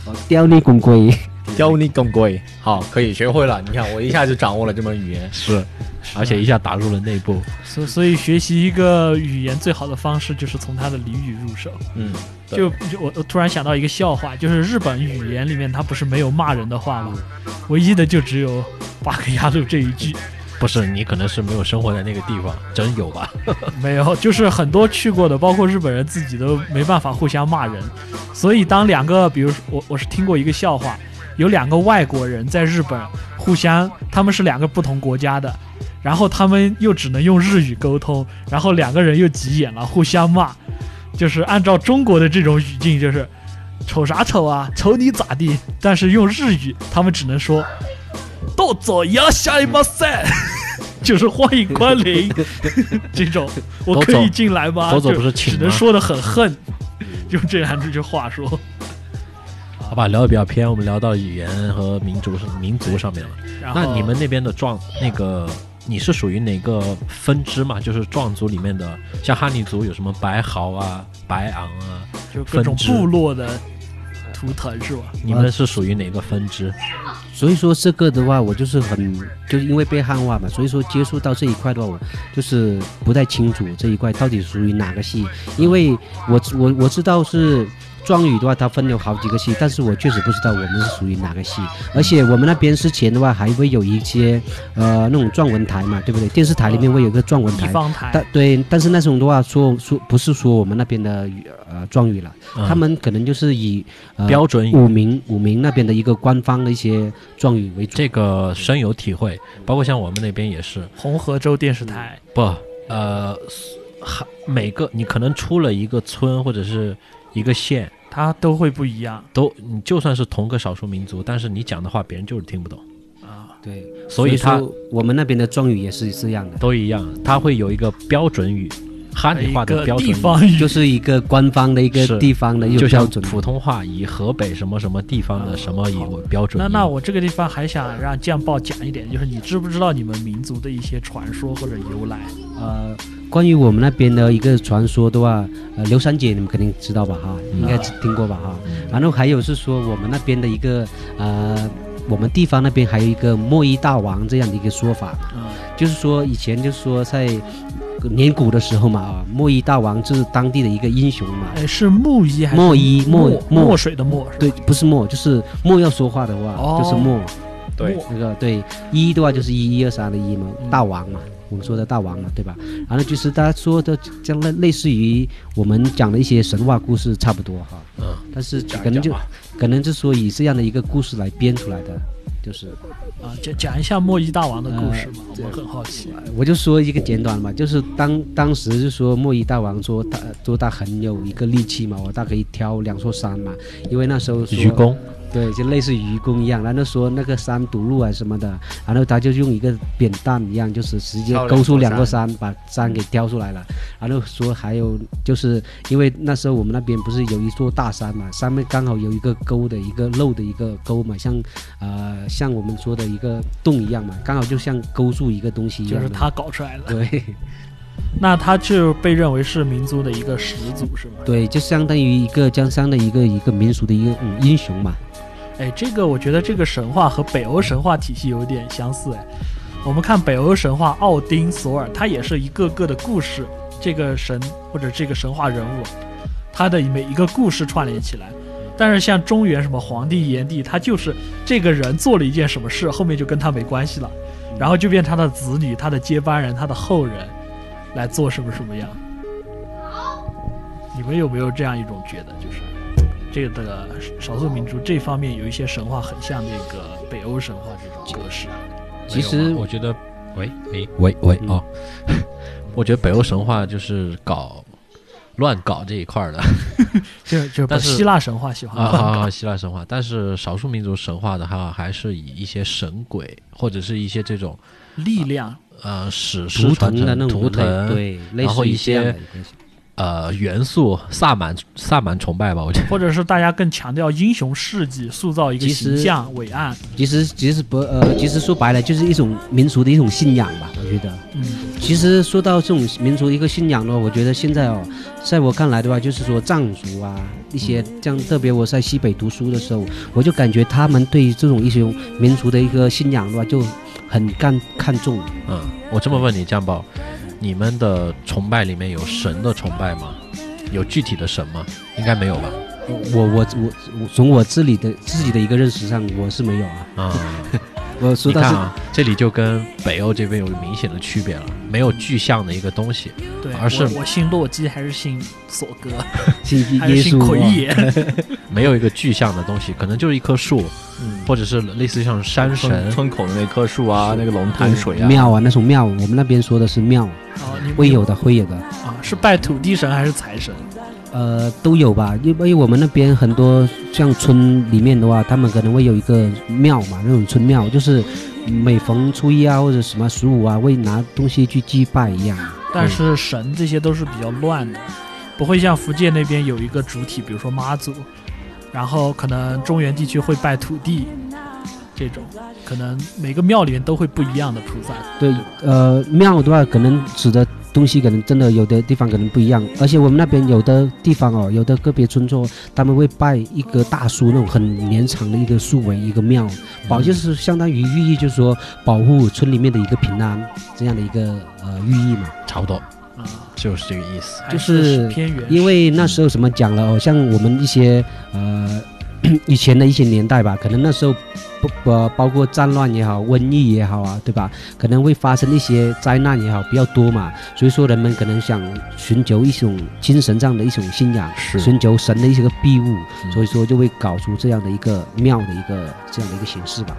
哦丢你滚龟，刁你更贵。好，可以学会了。你看，我一下就掌握了这门语言。 是，而且一下打入了内部。所所以学习一个语言最好的方式就是从它的俚语入手。嗯，对就就我我突然想到一个笑话，就是日本语言里面它不是没有骂人的话吗？唯一的就只有八个鸭绿这一句， 不是，你可能是没有生活在那个地方，真有吧？没有，就是很多去过的，包括日本人自己都没办法互相骂人，所以当两个，比如说我我是听过一个笑话，有两个外国人在日本互相，他们是两个不同国家的，然后他们又只能用日语沟通，然后两个人又急眼了，互相骂，就是按照中国的这种语境，就是瞅啥瞅啊，瞅你咋地？但是用日语，他们只能说，豆走呀，下一马赛。 就是欢迎光 临，这种我可以进来吗？多走啊就不是请只吗能说的很恨， 就这样这句话说。好吧，聊的比较偏，我们聊到语言和民族上民族上面了。然后那你们那边的壮那个，你是属于哪个分支嘛？就是壮族里面的，像哈尼族有什么白豪啊、白昂啊，就各分种支部落的图腾是吧？你们是属于哪个分支？所以说这个的话，我就是很就是因为被汉化嘛，所以说接触到这一块的话，我就是不太清楚这一块到底属于哪个系，因为我我我知道是。壮语的话，它分有好几个系，但是我确实不知道我们是属于哪个系。而且我们那边之前的话，还会有一些，呃，那种壮文台嘛，对不对？电视台里面会有一个壮文地台，方哎台但对，但是那种的话说说不是说我们那边的语呃壮语了，嗯他们可能就是以、呃、标准语武鸣武鸣那边的一个官方的一些壮语为主。这个深有体会，包括像我们那边也是，红河州电视台，不，呃，哈每个你可能出了一个村或者是一个县，它都会不一样都你就算是同个少数民族，但是你讲的话别人就是听不懂，啊。对，所以他说我们那边的壮语也是这样的，都一样，他会有一个标准语，哈尼一话的个标准地语。方语就是一个官方的一嗯是个地方的一就个标像准。普通话以河北什么什么地方的什么以为标准一那样，那我这个地方还想让酱爆讲一点，就是你知不知道你们民族的一些传说或者由来？呃，关于我们那边的一个传说的话，呃，刘三姐你们肯定知道吧哈，嗯应该听过吧哈。然后还有是说我们那边的一个呃，我们地方那边还有一个莫一大王这样的一个说法，嗯，就是说以前就说在年古的时候嘛啊，莫一大王就是当地的一个英雄嘛，哎，是木一还是莫一莫墨莫墨水的墨？是吧对，不是莫，就是莫要说话的话，哦就是莫。对，那个对一的话就是一一二三的一嘛，大王嘛，我们说的大王嘛，对吧？然后就是他说的这样类类似于我们讲的一些神话故事差不多哈，嗯，但是讲可能就讲吧可能就说以这样的一个故事来编出来的，就是啊，讲讲一下莫一大王的故事嘛，呃我很好奇。我就说一个简短嘛，就是当当时就说莫一大王说他说他很有一个力气嘛，我大可以挑两座山嘛，因为那时候说愚公对，就类似于愚公一样，然后说那个山堵路啊什么的，然后他就用一个扁担一样，就是直接挑两勾出座两座山山，把山给挑出来了。然后说还有就是因为那时候我们那边不是有一座大山嘛，上面刚好有一个沟的一个漏的一个沟嘛，像呃像我们说的一个洞一样嘛，刚好就像勾住一个东西一就样是的。他搞出来的， 对那他就被认为是民族的一个始祖，是吗？对，就相当于一个江山的一个一个民俗的一个、嗯英雄嘛。哎，这个我觉得这个神话和北欧神话体系有点相似哎。我们看北欧神话奥丁、索尔，它也是一个个的故事，这个神或者这个神话人物，它的每一个故事串联起来。但是像中原什么黄帝、炎帝，他就是这个人做了一件什么事，后面就跟他没关系了，然后就变他的子女、他的接班人、他的后人来做什么什么样。你们有没有这样一种觉得，就是？这个少数民族这方面有一些神话很像那个北欧神话这种啊格式。其实我觉得，喂喂喂喂 嗯哦，我觉得北欧神话就是搞乱搞这一块儿的就就把但是希腊神话喜欢啊 乱啊搞啊，希腊神话。但是少数民族神话的话，还是以一些神鬼或者是一些这种力量，呃史诗图传腾的那承、种图类腾对，类然后似于一这样些的一个呃元素，萨满萨满崇拜吧，我觉得。或者是大家更强调英雄事迹，塑造一个其实形象伟岸。其实其实不呃，其实说白了就是一种民族的一种信仰吧，我觉得。嗯，其实说到这种民族一个信仰呢，我觉得现在哦，在我看来的话，就是说藏族啊一些这样，特别我在西北读书的时候，我就感觉他们对于这种一些民族的一个信仰的话，就很看看重。嗯，我这么问你，酱宝，你们的崇拜里面有神的崇拜吗？有具体的神吗？应该没有吧？我我我我从我自己的自己的一个认识上，我是没有啊。啊、 我说你到看是啊，这里就跟北欧这边有明显的区别了，没有具象的一个东西。对，而是我我信洛基还是信索格，信 还是耶信稣奎哦，爷？ 没有一个具象的东西，可能就是一棵树，嗯，或者是类似于像山神村。村口的那棵树啊，那个龙潭水啊，庙啊那种庙，我们那边说的是庙，哦，你会有的会有的。啊？是拜土地神还是财神？呃，都有吧，因为我们那边很多像村里面的话，他们可能会有一个庙嘛，那种村庙，就是每逢初一啊或者什么十五啊，会拿东西去祭拜一样。但是神这些都是比较乱的，不会像福建那边有一个主体，比如说妈祖，然后可能中原地区会拜土地这种，可能每个庙里面都会不一样的菩萨。对，呃，庙的话，可能指的东西可能真的有的地方可能不一样，而且我们那边有的地方哦，有的个别村落他们会拜一棵大树，那种很绵长的一个树为一个庙，保就是相当于寓意，就是说保护村里面的一个平安这样的一个呃寓意嘛。差不多啊、哎就是这个意思。还就是是偏远，因为那时候怎么讲了哦，像我们一些呃以前的一些年代吧，可能那时候不不包括战乱也好，瘟疫也好啊，对吧？可能会发生一些灾难也好，比较多嘛，所以说人们可能想寻求一种精神上的一种信仰，是寻求神的一些个庇护，嗯所以说就会搞出这样的一个庙的一个这样的一个形式吧。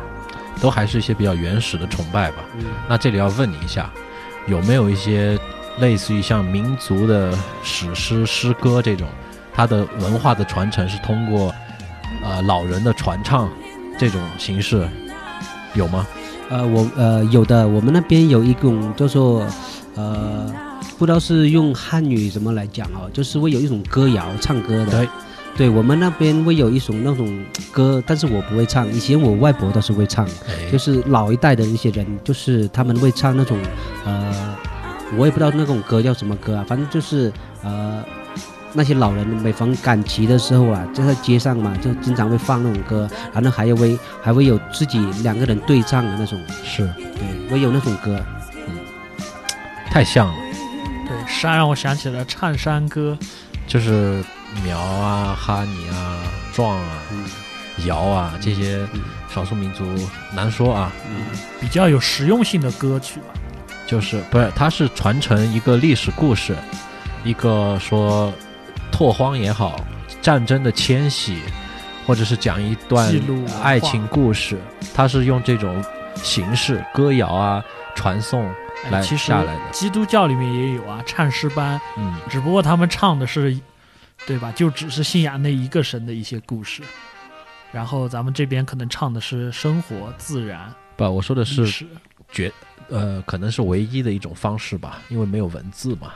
都还是一些比较原始的崇拜吧。嗯，那这里要问你一下，有没有一些类似于像民族的史诗、诗歌这种，它的文化的传承是通过呃老人的传唱这种形式，有吗？呃，我呃有的，我们那边有一种叫做呃，不知道是用汉语怎么来讲哦，就是会有一种歌谣唱歌的。对，对我们那边会有一种那种歌，但是我不会唱，以前我外婆倒是会唱，哎就是老一代的一些人，就是他们会唱那种呃，我也不知道那种歌叫什么歌啊，反正就是呃。那些老人每逢赶集的时候啊，就在街上嘛，就经常会放那种歌，然后还有会还会有自己两个人对唱的那种，是对，我有那种歌，太像了，对山让我想起了唱山歌，就是苗啊、哈尼啊、壮啊、嗯瑶啊这些嗯少数民族难说啊，嗯，比较有实用性的歌曲吧。就是不是，它是传承一个历史故事，一个说拓荒也好，战争的迁徙，或者是讲一段记录爱情故事，它是用这种形式歌谣啊传送哎来其实下来的。基督教里面也有啊，唱诗班，嗯，只不过他们唱的是，对吧？就只是信仰那一个神的一些故事，然后咱们这边可能唱的是生活、自然、不，我说的历是史呃，可能是唯一的一种方式吧，因为没有文字嘛。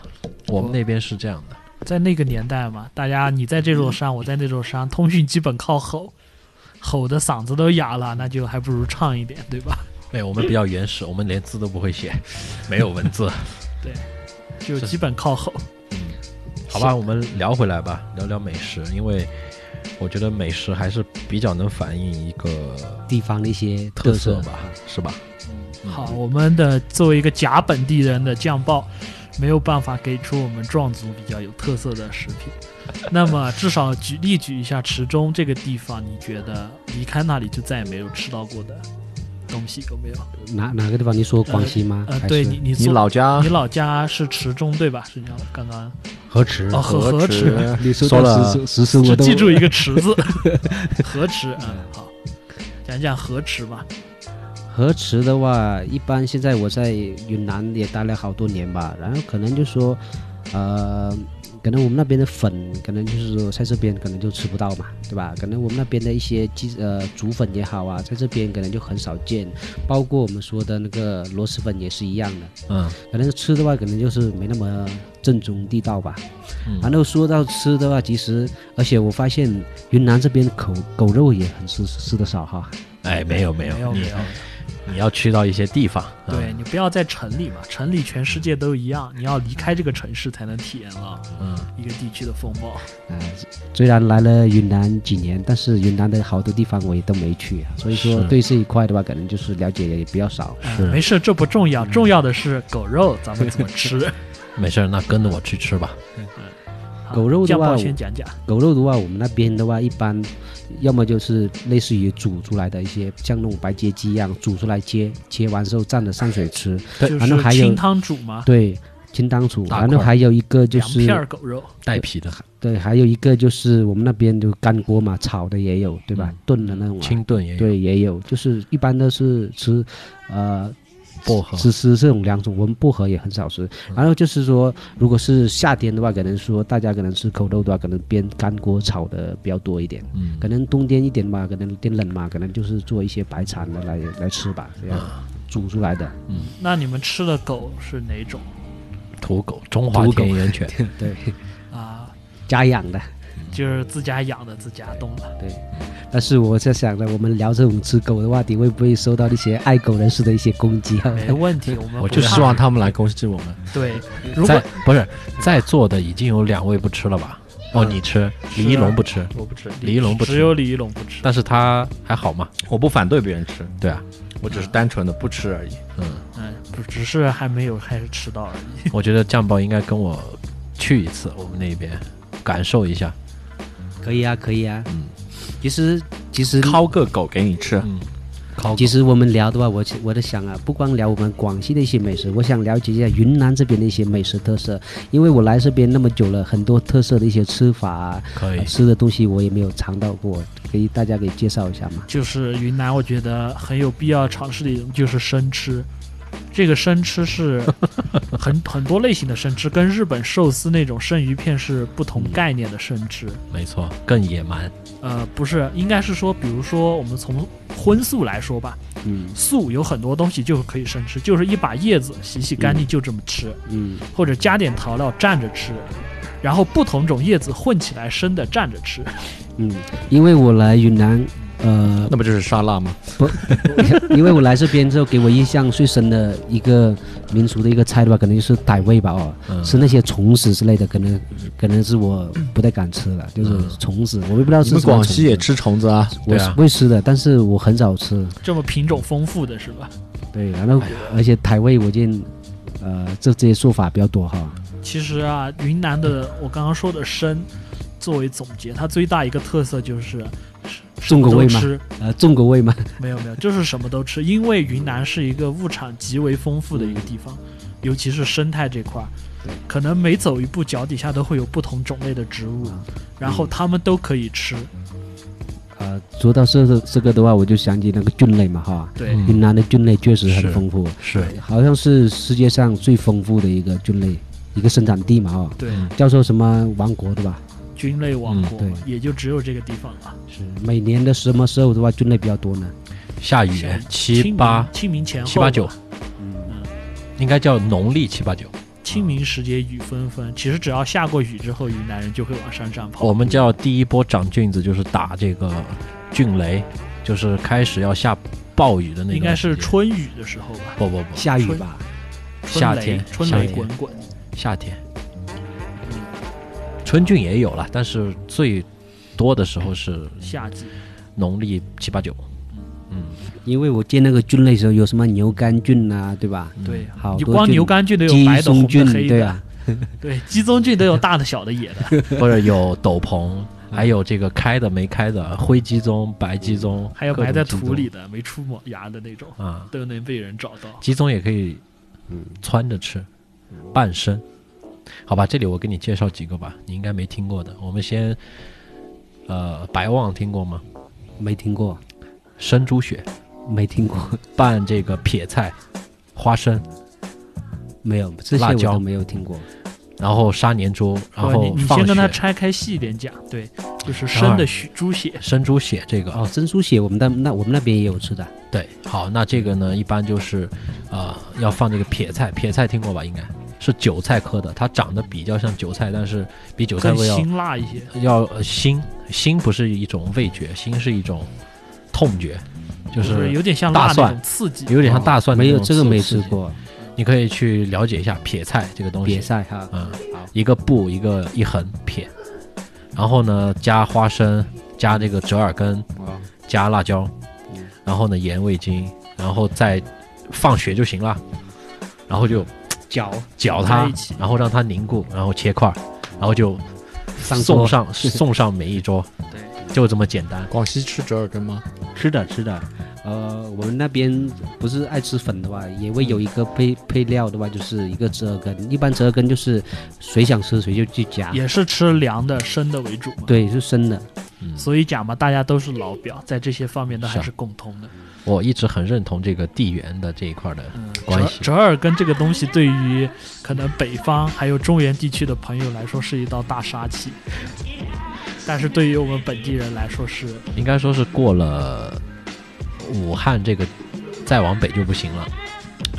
我们那边是这样的，在那个年代嘛，大家你在这座山，我在那座山，通讯基本靠吼，吼的嗓子都哑了，那就还不如唱一点，对吧？对，哎我们比较原始，我们连字都不会 写，没有文字。就是基本靠吼。好吧，我们聊回来吧，聊聊美食，因为我觉得美食还是比较能反映一个地方的一些特色色吧，是吧？好，我们的作为一个假本地人的酱爆，没有办法给出我们壮族比较有特色的食 品。那么至少举例举一下池中这个地方，你觉得离开那里就再也没有吃到过的东西有没有？哪哪个地方？你说广西吗？呃，还对是嗯你你你做老家你老家是池中对吧？是你刚刚河池哦河河池， 你说说了到十十只我都记住一个池 字，河池。嗯，好，讲讲河池吧。河池的话，一般现在我在云南也待了好多年吧，然后可能就说，呃，可能我们那边的粉，可能就是说在这边可能就吃不到嘛，对吧？可能我们那边的一些鸡呃竹粉也好啊，在这边可能就很少见，包括我们说的那个螺蛳粉也是一样的。嗯，可能吃的话，可能就是没那么正宗地道吧。嗯然后说到吃的话，其实而且我发现云南这边狗狗肉也很吃吃的少哈。哎，没有没没有你没有，你要去到一些地方，嗯对你不要在城里嘛，城里全世界都一样，你要离开这个城市才能体验到嗯，一个地区的风貌。呃，虽然来了云南几年，但是云南的好多地方我也都没去啊，所以说是对这一块的话，可能就是了解也比较少。哎是没事，这不重嗯要，重要的是狗肉咱们怎么 吃。没事儿，那跟着我去吃吧。好狗肉的酱话爆我先讲讲，狗肉的话，我们那边的话，一般要么就是类似于煮出来的一些，像那种白切鸡一样煮出来切，切完之后蘸着上水吃。对就反正是还有清汤煮嘛，对，清汤煮。大块然后还有一个就啊两是片儿狗肉，带皮的对，还有一个就是我们那边就干锅嘛，炒的也有，对吧？嗯炖的那种、啊，清炖也有，对，也有。就是一般都是吃，呃，薄荷，只吃这种两种，我们薄荷也很少吃。然后就是说，如果是夏天的话，可能说大家可能吃口肉的话，可能边干锅炒的比较多一点。嗯可能冬天一点嘛，可能有点冷嘛，可能就是做一些白蚕的来来吃吧，这样煮出来的。那你们吃的狗是哪种土狗，中华土狗田园 犬，对，啊？家养的。就是自家养的，自家弄的。但是我在想着，我们聊这种吃狗的话题，会不会受到一些爱狗人士的一些攻击啊？没问题，我们我不就怕希希望他们来攻击我们。对。如在果不是在座的已经有两位不吃了吧？哦，你吃，李一龙不吃，我不吃，李一龙不吃只有李一龙不吃。但是他还好嘛？我不反对别人吃， 对啊，我只是单纯的不吃而已。嗯，不，只是还没有开始吃到而已。我觉得酱爆应该跟我去一次，我们那边感受一下。可以啊，可以啊。嗯，其实其实烤个狗给你吃，烤其实我们聊的话，我我在想啊，不光聊我们广西的一些美食，我想了解一下云南这边的一些美食特色，因为我来这边那么久了，很多特色的一些吃法啊、可以呃，吃的东西我也没有尝到过，给大家给介绍一下嘛。就是云南，我觉得很有必要尝试的一种就是生吃。这个生吃是很很多类型的生吃，跟日本寿司那种生鱼片是不同概念的生吃。没错，更野蛮。呃，不是，应该是说，比如说我们从荤素来说吧，嗯素有很多东西就可以生吃，就是一把叶子洗洗干净就这么吃。嗯或者加点调料蘸着吃，然后不同种叶子混起来生的蘸着吃。嗯，因为我来云南，呃， 那不就是沙拉吗？因为我来这边之后，给我印象最深的一个民俗的一个菜的话，可能就是傣味吧哦，嗯吃那些虫子之类的，可能可能是我不太敢吃了，就是虫子，我也不知道是你们什么广虫西也子，吃虫子啊？我对是啊会吃的，但是我很少吃。这么品种丰富的是吧？对，然哎后而且傣味我见，呃，这这些做法比较多哈。其实啊，云南的我刚刚说的生，作为总结，它最大一个特色就是什重么口都味吗吃，呃，重口味嘛，没有没有，就是什么都吃，因为云南是一个物产极为丰富的一个地方，尤其是生态这块儿对。可能每走一步，脚底下都会有不同种类的植物，啊然后它们都可以吃。呃，说到这个这个的话，我就想起那个菌类嘛哈，对，嗯云南的菌类确实是很丰富，是好像是世界上最丰富的一个菌类一个生产地嘛哈，对，嗯叫做什么王国对吧？菌类王嗯国、对也就只有这个地方了。是每年的什么时候的话，菌类比较多呢？下雨像七清八明清明前后七八九吧，嗯应该叫农历七八九，清明时节雨纷纷。其实只要下过雨之后，云南人就会往山上跑。我们叫第一波长菌子，就是打这个菌雷，就是开始要下暴雨的那个时间。应该是春雨的时候吧，不不不，下雨吧，春夏雷天春夏雷天滚嗯滚。夏天。春菌也有了，但是最多的时候是夏季农历七八 九。因为我见那个菌类的时候，有什么牛肝菌啊，对吧？嗯对，好你嗯多光菌牛肝菌都有鸡白的、红枞菌的、黑对的，啊，对，鸡枞菌都有大的、小的、野的，或者有斗篷，还有这个开的没开的灰鸡枞、白鸡枞，还有各种埋在鸡枞土里的、没出磨牙的那种，啊，都能被人找到。鸡枞也可以穿着吃，半生。好吧，这里我给你介绍几个吧，你应该没听过的。我们先，呃，白望听过吗？没听过，生猪血没听过， 拌这个撇菜、花生，没有这些辣我椒都没有听过。然后杀年猪，然对后你你放先跟它血拆开细一点讲，对，就是等生会儿的血猪血，生猪血这个。哦，珍珠血我们那那我们那边也有吃的，对，好，那这个呢，一般就是，呃，要放这个撇菜，撇菜听过吧？应该是韭菜科的，它长得比较像韭菜，但是比韭菜更味要辛辣一些。要呃辛辛不是一种味觉，辛是一种痛觉，就就是是有点像大辣那蒜种刺激，有点像大蒜的哦没那有种这个刺没刺吃激，过，你可以去了解一下撇菜这个东西别。晒哈。嗯，好一个布一个一横撇，然后呢加花生，加这个折耳根，哦加辣椒嗯，然后呢盐味精，然后再放血就行了，然后就嚼搅在它一起，然后让它凝固，然后切块儿，然后就上送桌 上送上每一桌，对 就这么简单。广西吃折耳根吗？吃的吃的，呃，我们那边不是爱吃粉的话，也会有一个配配料的话，就是一个折耳根。一般折耳根就是谁想吃谁就去夹，也是吃凉的生的为主嘛。对，是生的。嗯，所以讲嘛，大家都是老表，在这些方面都还是啊是共通的。我一直很认同这个地缘的这一块的，嗯，关折系折耳根这个东西，对于可能北方还有中原地区的朋友来说是一道大杀器，但是对于我们本地人来说是应该说是过了武汉这个，再往北就不行了。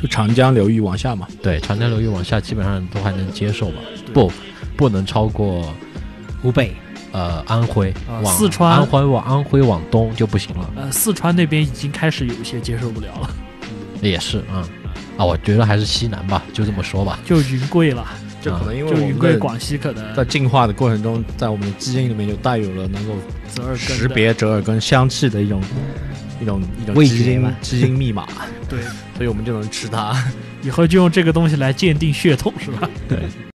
就长江流域往下嘛，对，长江流域往下基本上都还能接受吧，不，不能超过湖北呃安徽啊往四川安徽往安徽往东就不行了，呃，四川那边已经开始有一些接受不了了， 也是啊、啊，我觉得还是西南吧，就这么说吧。就云贵了，就可能因为就我云们贵的广西可能在进化的过程中，在我们的基因里面有带有了能够折耳根识的别折耳根香气的一种一种一种味基觉因嘛基因密码，对，所以我们就能吃它。以后就用这个东西来鉴定血统是吧？